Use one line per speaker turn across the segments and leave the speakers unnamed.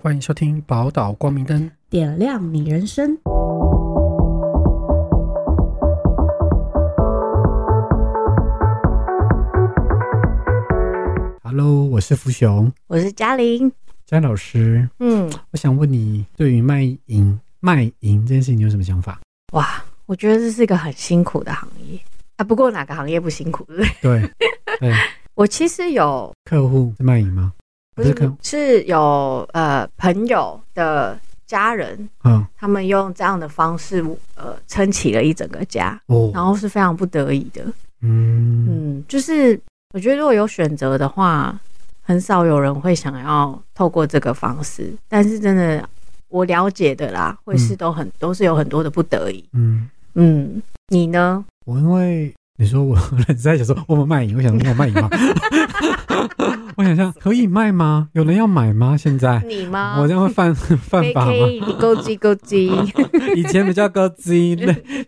欢迎收听《宝岛光明灯》。
点亮你人生。
Hello，我是福雄，
我是嘉玲，
詹老师。
嗯，
我想问你，对于卖淫、卖淫这件事情，你有什么想法？
哇，我觉得这是一个很辛苦的行业啊。不过哪个行业不辛苦？对不对
对，对，
我其实有
客户是卖淫吗？
不是
客户，
是有呃朋友的家人，
嗯，
他们用这样的方式呃撑起了一整个家，
哦，
然后是非常不得已的。
嗯，
嗯，就是我觉得如果有选择的话，很少有人会想要透过这个方式。但是真的，我了解的啦，会是都很、都是有很多的不得已。
嗯，
嗯，你呢？
我因为你说我你在想说我们卖淫，我想说我卖淫 吗？我想想，可以卖吗？有人要买吗？现在
你吗？
我这样会犯犯
K
法
K，
吗？
你勾机勾机，
以前比较高 级，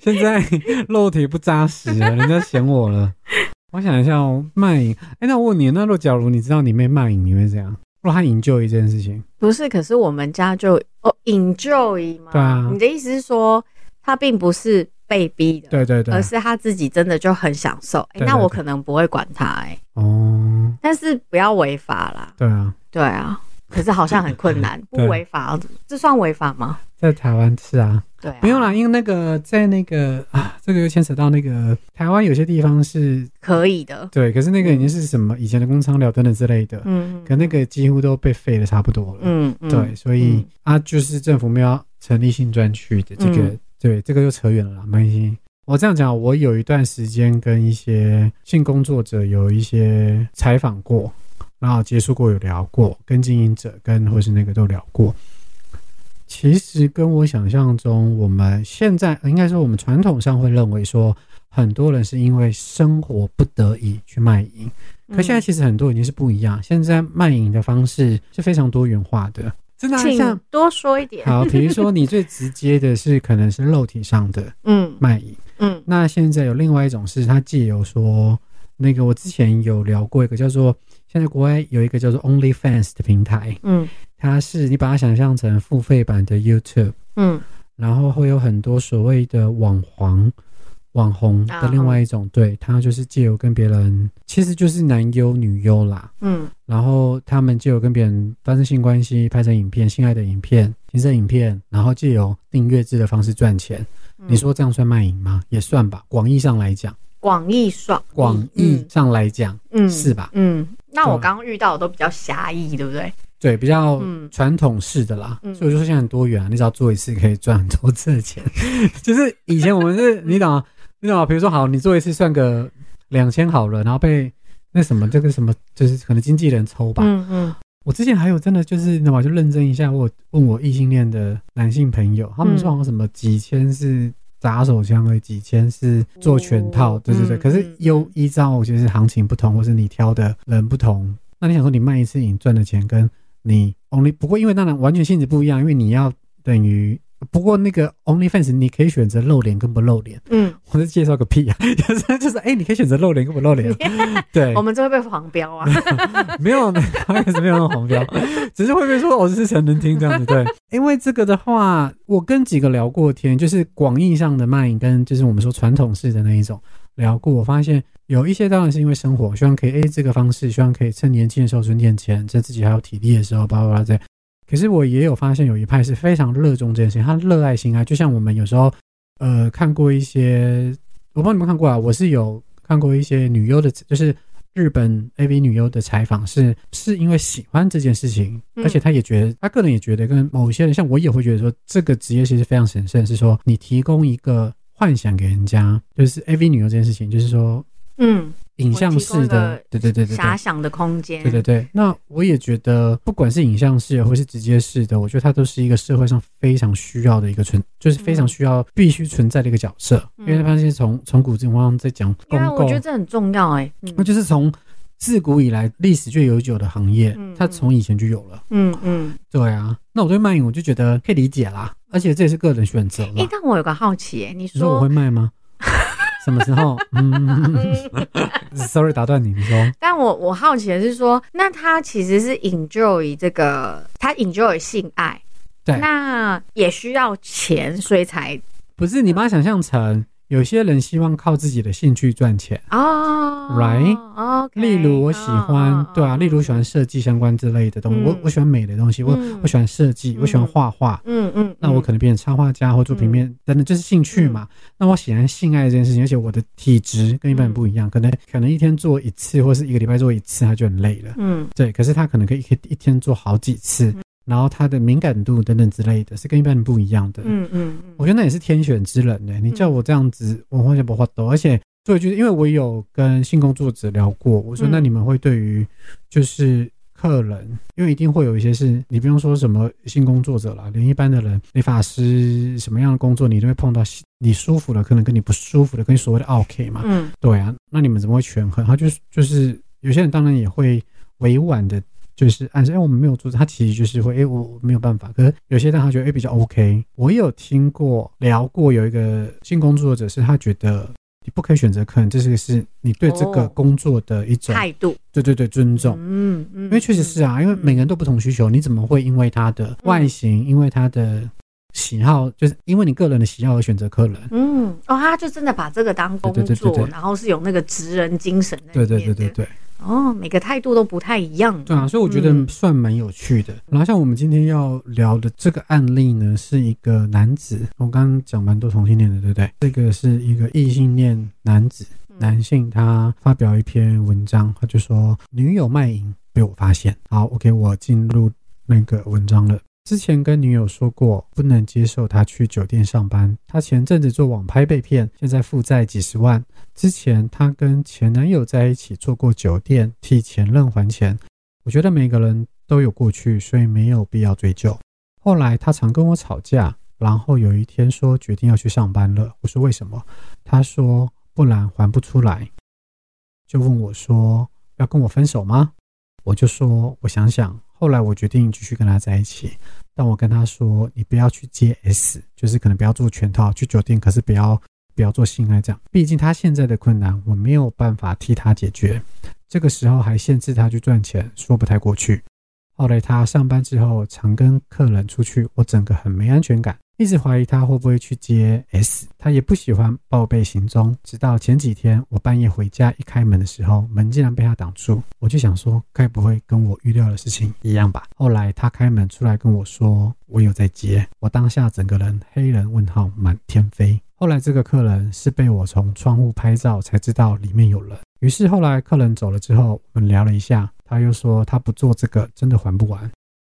现在肉体不扎实了，人家嫌我了。 我想一下哦，卖淫。哎、那我问你，那如果假如你知道你妹卖淫，你会怎样？如果她营救一件事情，
不是？可是我们家就哦，enjoy 嘛。
对啊
你的意思是说，他并不是被逼的，
对对对
而，呃是他自己真的就很享受。哎、
对
那
对
我
对
可能不会管他、哎，
哦，
但是不要违法啦。
对啊，
对啊，可是好像很困难，不
对
违法，这算违法吗？
在台湾是啊，
对、啊，
不用，啦，因为那个在那个啊，这个又牵扯到那个台湾有些地方是
可以的。
对，可是那个已经是什么以前的工厂了等等之类的，
嗯，
可那个几乎都被废的差不多了。
嗯，嗯
对，，所以、
嗯
啊，就是政府没有要成立性专区的这个，
嗯
对，这个又扯远了啦，没关系。我这样讲，我有一段时间跟一些性工作者有一些采访过，然后接触过，有聊过，跟经营者跟或是那个都聊过。其实跟我想象中，我们现在应该说我们传统上会认为说，很多人是因为生活不得已去卖淫，
嗯
可现在其实很多已经是不一样，现在卖淫的方式是非常多元化的，真的啊、
嗯请
像
多说一点。
好，比如说你最直接的是可能是肉体上的
嗯
卖淫，
嗯
那现在有另外一种是它借由说那个我之前有聊过一个叫做现在国外有一个叫做 OnlyFans 的平台，
嗯
它是你把它想象成付费版的 YouTube，
嗯
然后会有很多所谓的网黄。网红的另外一种，对，它就是借由跟别人，其实就是男优女优啦，
嗯
然后他们就有跟别人发生性关系，拍成影片、性爱的影片、情色影片，然后借由订阅制的方式赚钱。
嗯，
你说这样算卖淫吗？也算吧，广义上来讲，
广义爽，
广义上来讲、
嗯
是吧？
嗯，那我
对啊
刚刚遇到的都比较狭义，对不对？
对，比较
嗯
传统式的啦。
嗯
所以我就说现在很多元啊，你只要做一次可以赚很多次的钱。 就是以前我们是，你懂啊？你懂啊？比如说好，你做一次算个两千好了，然后被那什么这个什么，就是可能经纪人抽吧。
嗯嗯
我之前还有真的就是，那么就认真一下，我有问我异性恋的男性朋友，他们说好像什么几千是打手枪而已，几千是做全套，
哦
对对对。
嗯
可是又依照就是行情不同，或是你挑的人不同，那你想说你卖一次瘾赚的钱跟你 only 不过因为当然完全性质不一样，因为你要等于不过那个 OnlyFans 你可以选择露脸跟不露脸，
嗯，
我是介绍个屁啊， 就是就是哎、你可以选择露脸跟不露 脸啊，对
我，们这会被黄标啊。
没有，他也是没有那种黄 标，只是会被说我是成人听这样子。对，因为这个的话，我跟几个聊过天，就是广义上的卖淫跟就是我们说传统式的那一种聊过，我发现有一些当然是因为生活，希望可以哎这个方式，希望可以趁年轻的时候存点钱，趁自己还有体力的时候，巴拉巴拉这样。可是我也有发现有一派是非常热衷这件事情，他热爱性爱，就像我们有时候呃看过一些，我不知道你们看过啊，我是有看过一些女优的，就是日本 AV 女优的采访是是因为喜欢这件事情，
嗯
而且她也觉得，她个人也觉得跟某些人，像我也会觉得说，这个职业其实非常神圣，是说你提供一个幻想给人家，就是 AV 女优这件事情，就是说
嗯，
影像式的，对对对对
遐
对。
想的空间。
对对对，那我也觉得，不管是影像式的或是直接式的，我觉得它都是一个社会上非常需要的一个存，就是非常需要必须存在的一个角色。
嗯
因为它是从从古至今，我刚刚在讲公
因为
共，
我觉得这很重要哎、
那
嗯
就是从自古以来历史最悠久的行业
嗯，
它从以前就有了。
嗯嗯，
对啊，那我对卖淫我就觉得可以理解啦，而且这也是个人选择
哎、
啦。
但我有个好奇哎、你
你说我
说
会卖吗？什么时候？ 嗯 ，sorry，打断你，你说，
但我我好奇的是说，那他其实是 enjoy 这个，他 enjoy 性爱，
对
那也需要钱，所以才
不是你
嗯
把它想象成有些人希望靠自己的兴趣赚钱，
哦
Right？
哦，OK，
例如我喜欢，
哦
对啊，例如我喜欢设计相关之类的东西，
嗯
我我喜欢美的东西，我、
嗯
我喜欢设计，
嗯
我喜欢画画。
嗯嗯，嗯
那我可能变成插画家或做平面等等，就是兴趣嘛。那我显然性爱这件事情，而且我的体质跟一般人不一
嗯
样，可能可能一天做一次，或是一个礼拜做一次，他就很累了。
嗯
对，可是他可能可以一一天做好几次，然后他的敏感度等等之类的，是跟一般人不一样的。
嗯嗯嗯，
我觉得那也是天选之人呢、欸你叫我这样子，我完全不会抖。而且最后就是因为我有跟性工作者聊过，我说
嗯
那你们会对于就是客人，因为一定会有一些是你不用说什么性工作者啦，连一般的人，理发师什么样的工作，你都会碰到性你舒服的客人跟你不舒服的，跟所谓的 OK 嘛。
嗯
对啊，那你们怎么会权衡？他就是就是有些人当然也会委婉的，就是暗示，哎、我们没有做，他其实就是会，哎、我我没有办法。可是有些让他觉得，哎、比较 OK。我也有听过聊过有一个性工作者，是他觉得你不可以选择客人，这是个是你对这个
哦
工作的一种，
态度
对对对，尊重。
嗯嗯，
因为确实是啊，因为每个人都不同需求，你怎么会因为他的外形，因为他的喜好，就是因为你个人的喜好而选择客人？
嗯，哦，他就真的把这个当工
对对对对
作，
对
然后是有那个职人精神在
对
里
对
面
对
的。
对对。
哦，每个态度都不太一样。
对啊，所以我觉得
嗯
算蛮有趣的。然后像我们今天要聊的这个案例呢，是一个男子，我刚刚讲蛮多同性恋的，对不对？这个是一个异性恋男子，
嗯
男性他发表一篇文章，他就说女友卖淫被我发现。好，OK，我进入那个文章了。之前跟女友说过不能接受他去酒店上班，他前阵子做网拍被骗，现在负债几十万。之前他跟前男友在一起做过酒店，替前任还钱。我觉得每个人都有过去，所以没有必要追究。后来他常跟我吵架，然后有一天说决定要去上班了。我说为什么？他说不然还不出来，就问我说要跟我分手吗？我就说我想想。后来我决定继续跟他在一起，但我跟他说你不要去接 S，就是可能不要做全套，去酒店可是不要不要做性爱这样，毕竟他现在的困难我没有办法替他解决。这个时候还限制他去赚钱，说不太过去。后来他上班之后常跟客人出去，我整个很没安全感，一直怀疑他会不会去接 S。他也不喜欢报备行踪，直到前几天我半夜回家一开门的时候，门竟然被他挡住，我就想说该不会跟我预料的事情一样吧？后来他开门出来跟我说我有在接，我当下整个人黑人问号满天飞。后来这个客人是被我从窗户拍照才知道里面有人。于是后来客人走了之后，我们聊了一下，他又说他不做这个真的还不完。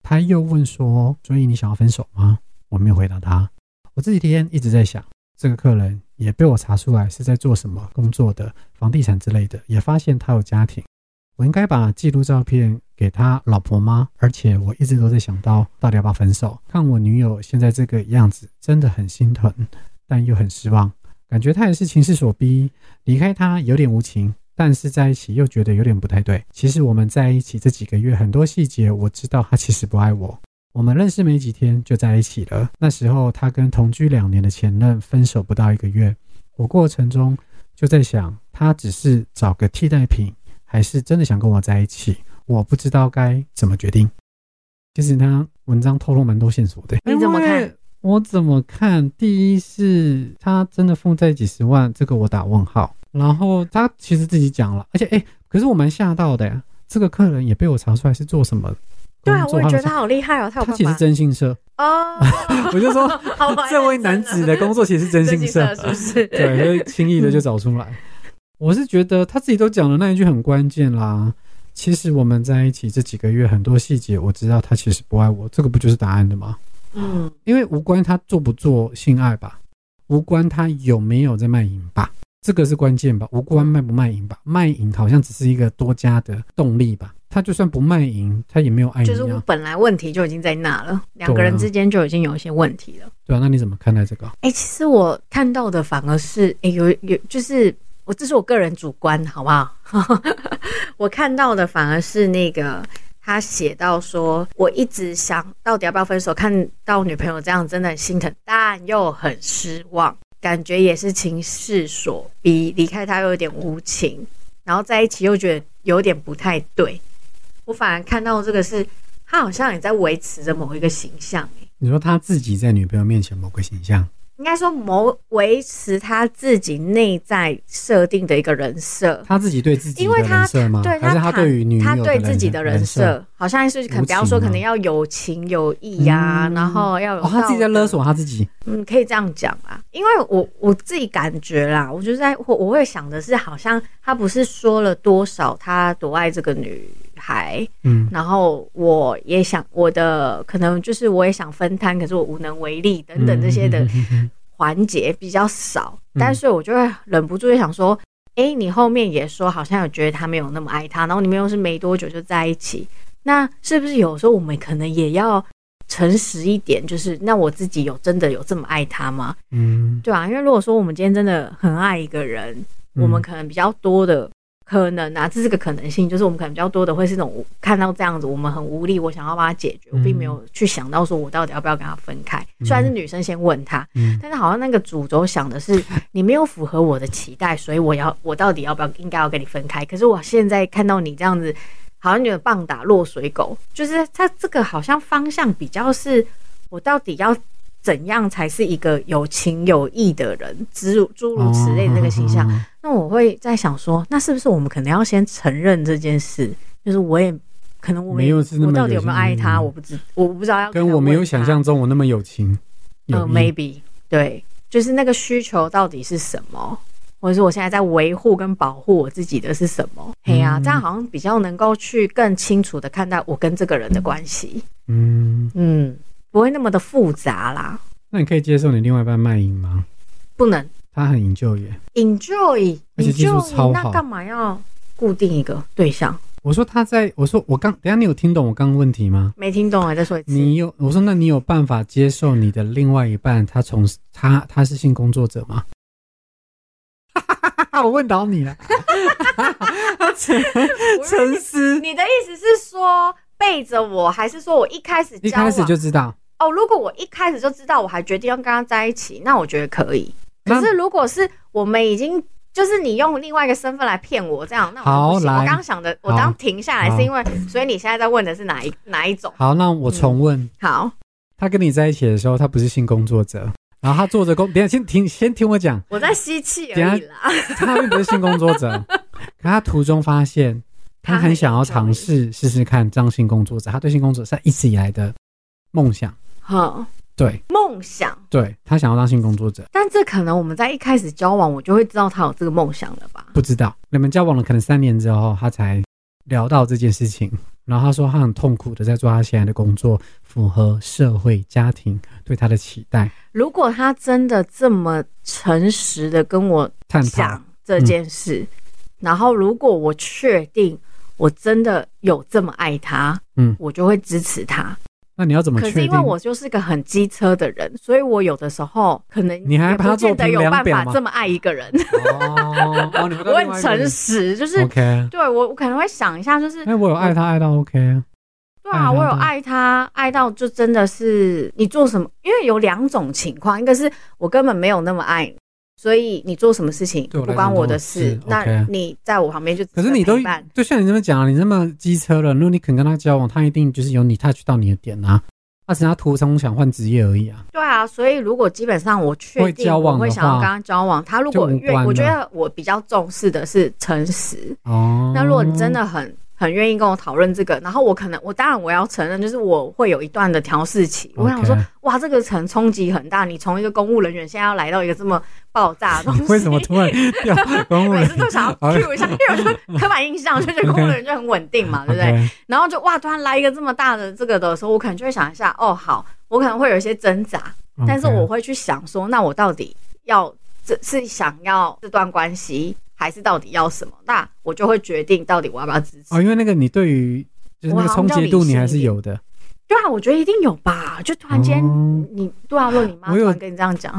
他又问说：“所以你想要分手吗？”我没有回答他。我这几天一直在想，这个客人也被我查出来是在做什么工作的，房地产之类的，也发现他有家庭。我应该把记录照片给他老婆吗？而且我一直都在想到到底要不要分手。看我女友现在这个样子，真的很心疼，但又很失望，感觉他也是情势所逼，离开他有点无情，但是在一起又觉得有点不太对。其实我们在一起这几个月，很多细节我知道他其实不爱我。我们认识没几天就在一起了，那时候他跟同居两年的前任分手不到一个月，我过程中就在想，他只是找个替代品，还是真的想跟我在一起？我不知道该怎么决定。其实他文章透露蛮多线索的，
你怎么看
因为我怎么看？第一是他真的负债几十万，这个我打问号。然后他其实自己讲了，而且哎、可是我蛮吓到的呀。这个客人也被我查出来是做什么工
对啊，
作？
我也觉得
他
他好厉害哦，他有
他
办
其实
法
真性社，
哦。
我就说
好玩
这位男子的工作其实是真
真
性
心
社
色，是不是？
对，所以轻易的就找出来。 我是觉得他自己都讲了那一句很关键啦。其实我们在一起这几个月，很多细节我知道他其实不爱我，这个不就是答案的吗？
嗯
因为无关他做不做性爱吧，无关他有没有在卖淫吧，这个是关键吧，无关卖不卖淫吧，卖淫好像只是一个多加的动力吧。他就算不卖淫，他也没有爱你
就
啊，
是我本来问题就已经在那了，两个人之间就已经有一些问题了。
对啊？那你怎么看待这个？
哎、其实我看到的反而是，哎、有有，就是我这是我个人主观，好 不好？我看到的反而是那个他写到说，我一直想到底要不要分手，看到女朋友这样真的很心疼，但又很失望。感觉也是情势所逼，离开他又有点无情，然后在一起又觉得有点不太对。我反而看到这个是，他好像也在维持着某一个形象、欸，
你说他自己在女朋友面前某个形象，
应该说某维持他自己内在设定的一个人设。
他自己对自己
因
的
为他
人设吗？
对
还是
他
他
谈
对于女
他
友
对自己的人
设？
设，好像是可能，比方
无情
说，
吗
可能要有情有义呀、
嗯
然后要有、
哦，他自己在勒，索他自己，
嗯，可以这样讲啊。因为我我自己感觉啦，我就在我我会想的是，好像他不是说了多少他多爱这个女孩，
嗯，
然后我也想我的可能就是我也想分摊，可是我无能为力等等这些的
嗯，嗯嗯嗯
环节比较少，
嗯
但是我就会忍不住就想说，诶，你后面也说好像有觉得他没有那么爱他，然后你们又是没多久就在一起，那是不是有时候我们可能也要诚实一点？就是那我自己有真的有这么爱他吗？
嗯，
对啊，因为如果说我们今天真的很爱一个人，
嗯
我们可能比较多的。可能啊，这是个可能性，就是我们可能比较多的会是那种看到这样子，我们很无力，我想要帮他解决，我并没
嗯
有去想到说我到底要不要跟他分开。虽然是女生先问他，
嗯
但是好像那个主轴想的 是，你没有符合我的期待，所以我要我到底要不要应该要跟你分开？可是我现在看到你这样子，好像有点棒打落水狗，就是他这个好像方向比较是，我到底要怎样才是一个有情有义的人，诸如诸如此类的那个形象。
哦， 哦哦
那我会在想说，那是不是我们可能要先承认这件事？就是我也可能我们
没有是那么
我到底有没有爱他？
有情有义
我不知我不知道要
哦跟我没有想
象。
象中我那么有情，有
呃
意
，maybe 对，就是那个需求到底是什么，或者是我现在在维护跟保护我自己的是什么？嘿呀、
嗯
这样好像比较能够去更清楚的看待我跟这个人的关系，
嗯，
嗯，不会那么的复杂啦，
那你可以接受你另外一半卖淫吗？
不能
他很 enjoy 耶。
enjoy
而且技术超
enjoy，
好
那干嘛要固定一个对象？
我说他在，我说我刚，等一下你有听懂我刚刚问题吗？
没听懂啊，再说一次。
你有我说，那你有办法接受你的另外一半他从事他他是性工作者吗？ 我问倒你了， 沉沉思，
你的意思是说背着我，还是说我一开始
一
交
开
往？
始就知道。
哦，如果我一开始就知道，我还决定要跟他在一起，那我觉得可以。可是如果是我们已经就是你用另外一个身份来骗我这样，那
好
我不行。
来
我刚想的，我
好
刚停下来
好
是因为，所以你现在在问的是哪一哪一种？
好，那我重问，
好，
他跟你在一起的时候，他不是性工作者，然后他做着工，等一下先听，先听我讲，
我在吸气而已啦。
他并不是性工作者， 可他途中发现他很想要尝试试试看当性工作者，他对性工作者是他一直以来的梦想，
好，
对
梦想，
对，他想要当性工作者，
但这可能我们在一开始交往，我就会知道他有这个梦想了吧？
不知道你们交往了可能三年之后，他才聊到这件事情，然后他说他很痛苦的在做他现在的工作，符合社会家庭对他的期待，
如果他真的这么诚实的跟我
探讨
想这件事，
嗯
然后如果我确定我真的有这么爱他，
嗯
我就会支持他。
那你要怎么
可
确定？
是因 为我就是个很机车的人，所以我有的时候可能
你还
也
把
不
它做
见得
评
有
量
办
表
法
吗
这么爱一个人。
哦，哦，你们
我很诚实，就是、
OK。
对我，我可能会想一下，就是
哎，我有爱他，爱到 OK 啊。
对啊，
爱他
我有
到
爱他，爱到就真的是你做什么，因为有两种情况，一个是我根本没有那么爱你，所以你做什么事情
对我
不
来
关
讲
我
都
的
是
事，
OK
那你在我旁边就只
可是你都
陪伴
就像你这么讲啊，你这么机车了，如果你肯跟他交往，他一定就是有你 touch 到你的点啊。他只是他途中想换职业而已啊。
对啊，所以如果基本上我确
会
定
交往
我
的
会想要
话
跟他交往，他如果
就无
愿
关，
我
了
觉得我比较重视的是诚实，
哦，
那如果你真的很很愿意跟我讨论这个，然后我可能我当然我要承认，就是我会有一段的调试期。我想说
OK，
哇，这个层冲击很大。你从一个公务人员现在要来到一个这么爆炸的东西，
为什么突然 掉公务
每
人
次都想要
OK
Q 一下，因为我就刻板印象就觉得公务人员就很稳定嘛，对不对？
？OK，
然后就哇，突然来一个这么大的这个的时候，我可能就会想一下，哦，好，我可能会有一些挣扎，但是我会去想说，那我到底要这是想要这段关系，还是到底要什么？那我就会决定到底我要不要支持。
哦，因为那个你对于就是那个冲击度，你还是有的。
对啊，我觉得一定有吧。就突然间，
哦
你对啊，如果你妈
我
突
有
然跟你这样讲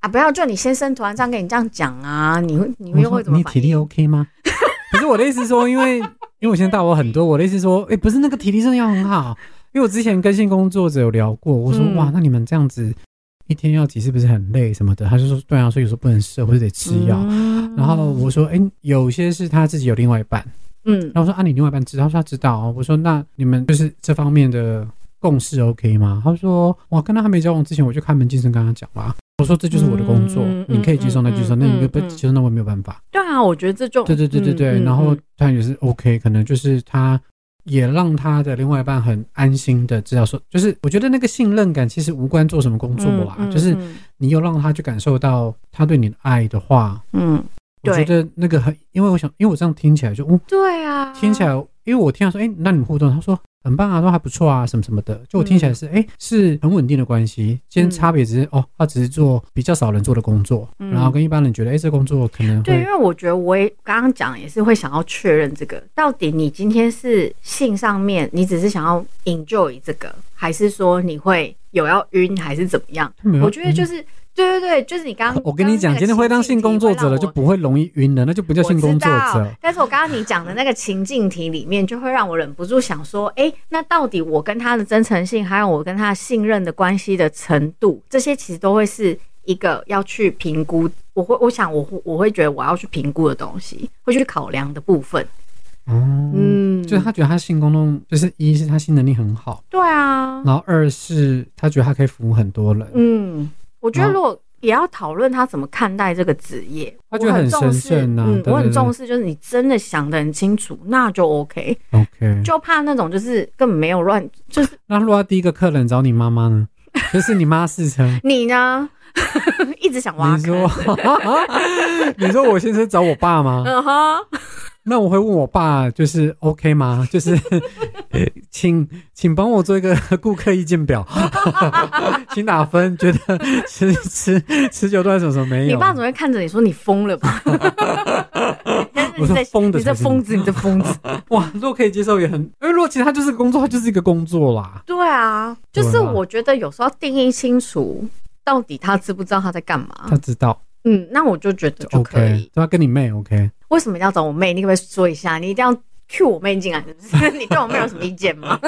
啊，不要，就你先生突然这样跟你这样讲啊，你会你
我
会又
说
会怎么
你
反
体
应？
力 OK 吗？ 可是我的意思是说，因为因为我现在大我很多，我的意思是说，哎、不是那个体力真的要很好，因为我之前跟性工作者有聊过，我说、
嗯
哇，那你们这样子一天要几次不是很累什么的，他就说对啊，所以有时候不能射或者得吃药。
嗯
啊然后我说，哎、有些是他自己有另外一半，
嗯
然后我说啊，你另外一半知道？他说他知道哦。我说那你们就是这方面的共识 OK 吗？他说哇，跟他还没交往之前，我就开门见山跟他讲啦。我说这就是我的工作，
嗯
你可以接受那就接受，
嗯嗯
那你不
嗯嗯
接受那我也没有办法。
对啊，我觉得这种
对对对对对，
嗯嗯
然后
嗯
他也是 OK，可能就是他也让他的另外一半很安心的知道说，就是我觉得那个信任感其实无关做什么工作啦，
嗯嗯
就是
嗯
你有让他去感受到他对你的爱的话，
嗯，
我觉
对
得那个很，因为我想，因为我这样听起来就，哦，
对啊，
听起来，因为我听到说，哎、那你们互动，他说很棒啊，都还不错啊，什么什么的，就我听起来是，哎、是很稳定的关系，今天
嗯
差别只是，哦，他只是做比较少人做的工作，
嗯
然后跟一般人觉得，哎、这工作可能
对，因
会，
为我觉得我也刚刚讲也是会想要确认这个，到底你今天是性上面，你只是想要 enjoy 这个，还是说你会有要晕，还是怎么样？
没有嗯
我觉得就是、对对对，就是你刚刚
我跟你讲，今天会当性工作者了，就。
刚刚那个情境题会让我
不会容易晕了，那就不叫性工作
我知
者
道。但是我刚刚你讲的那个情境题里面，就会让我忍不住想说，哎、那到底我跟他的真诚性，还有我跟他信任的关系的程度，这些其实都会是一个要去评估。我会，我想我会，我会觉得我要去评估的东西，会去考量的部分。
哦，
嗯，
就是他觉得他性工作，就是一是他性能力很好，
对啊，
然后二是他觉得他可以服务很多人，
嗯，我觉得
然后
如果也要讨论他怎么看待这个职业，
他觉得
我
很
重
神
视，
圣啊
嗯，
对
我很
对对
重视，就是你真的想得很清楚，那就 OK，
OK，
就怕那种就是根本没有乱， 就是
那如果第一个客人找你妈妈呢？ 就是你妈试车，
你呢 一直想挖
你
坑
说。，你说 我先生找我爸吗？
嗯哼，
那我会问我爸，就是 OK 吗？就是 请请帮我做一个顾客意见表， 请打分，觉得持持持久段什么什么没
你
有？
爸总会看着你说你疯了吧？但是
我
你
说
在
疯的
你在
才是
疯子，你在疯 子。
哇，如果可以接受也很，因为如果其实他就是个工作，他就是一个工作啦。
对啊，就
对啊
是我觉得有时候要定义清楚，到底他知不知道他在干嘛
他。知道
嗯，那我就觉得就可以
OK，。对他跟你妹 OK，
为什么要找我妹？你可不可以说一下？你一定要 Q 我妹进来，是不是？你对我妹有什么意见 吗？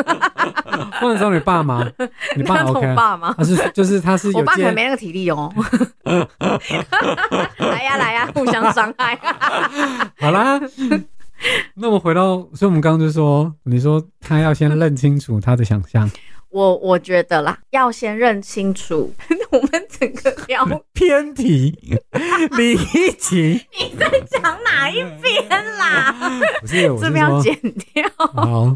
不能找你爸吗？你爸
那是
OK，
我爸吗？
他是就是他是
我
有
爸可能
接
没那个体力 哦。来呀来呀，互相伤害。啊
好 啦，那我们回到，所以我们刚刚就说，你说他要先认清楚他的想象，
我我觉得啦，要先认清楚 我们整个聊
偏题， 离题，
讲哪一边啦，
不是，我
这
是
边
说，
要剪掉。
好，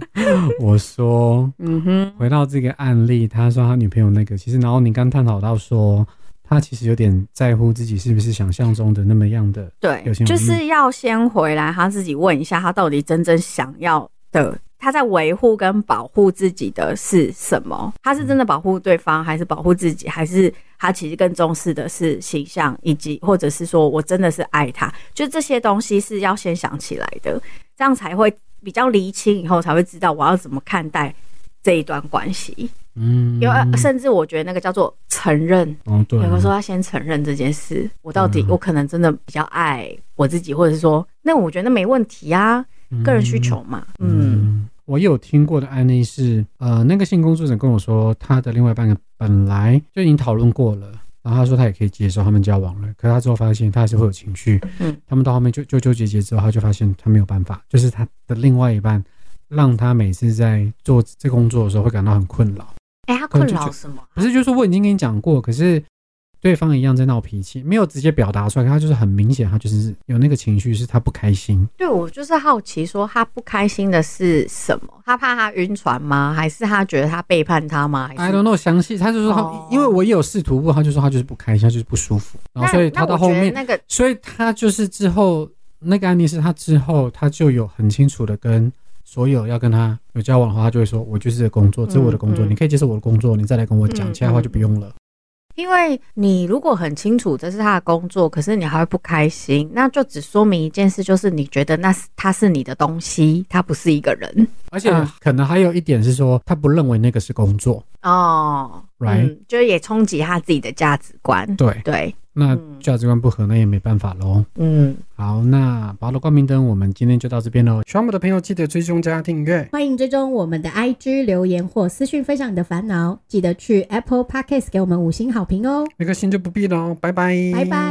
我说
嗯哼，
回到这个案例，他说他女朋友那个，其实然后你刚探讨到说，他其实有点在乎自己是不是想象中的那么样的，
对
有，些
就
有意
是要先回来，他自己问一下，他到底真正想要的。他在维护跟保护自己的是什么？他是真的保护对方，还是保护自己？还是他其实更重视的是形象，以及或者是说我真的是爱他？就这些东西是要先想起来的，这样才会比较厘清，以后才会知道我要怎么看待这一段关系。
嗯，
因为甚至我觉得那个叫做承认，
哦对，
啊有的时候要先承认这件事，我到底
嗯
我可能真的比较爱我自己，或者是说，那我觉得那没问题啊，个人需求嘛，嗯
嗯，我有听过的案例是，呃，那个性工作者跟我说，他的另外一半本来就已经讨论过了，然后他说他也可以接受他们交往了，可是他之后发现他还是会有情绪，
嗯，
他们到后面就纠纠结结之后，他就发现他没有办法，就是他的另外一半让他每次在做这工作的时候会感到很困扰，
哎、他困扰什么？
不是，就是我已经跟你讲过，可是。对方一样在闹脾气，没有直接表达出来，可他就是很明显，他就是有那个情绪，是他不开心。
对我就是好奇，说他不开心的是什么？他怕他晕船吗？还是他觉得他背叛他吗？还
I
是
don't know，详细他就说他，
哦
因为我也有试图过，他就说他就是不开心，他就是不舒服，然
那
后所以他
那
到
我
后
觉得
面，
那个
所以他就是之后那个案例是他之后他就有很清楚的跟所有要跟他有交往的话，他就会说，我就是这个工作，这是我的工作，
嗯嗯
你可以接受我的工作，你再来跟我讲，
嗯
其他话就不用了。
因为你如果很清楚这是他的工作，可是你还会不开心，那就只说明一件事，就是你觉得那是他是你的东西，他不是一个人
而且
嗯
可能还有一点是说，他不认为那个是工作，
哦。
，right？
嗯，就是也冲击他自己的价值观。
对，
对，
那
嗯
价值观不合，那也没办法喽。
嗯，
好，那拔了光明灯，我们今天就到这边喽。喜欢我们的朋友记得追踪加订阅。
欢迎追踪我们的 IG 留言或私讯分享你的烦恼，记得去 Apple Podcast 给我们五星好评哦，
那个心就不必喽，拜拜，
拜拜。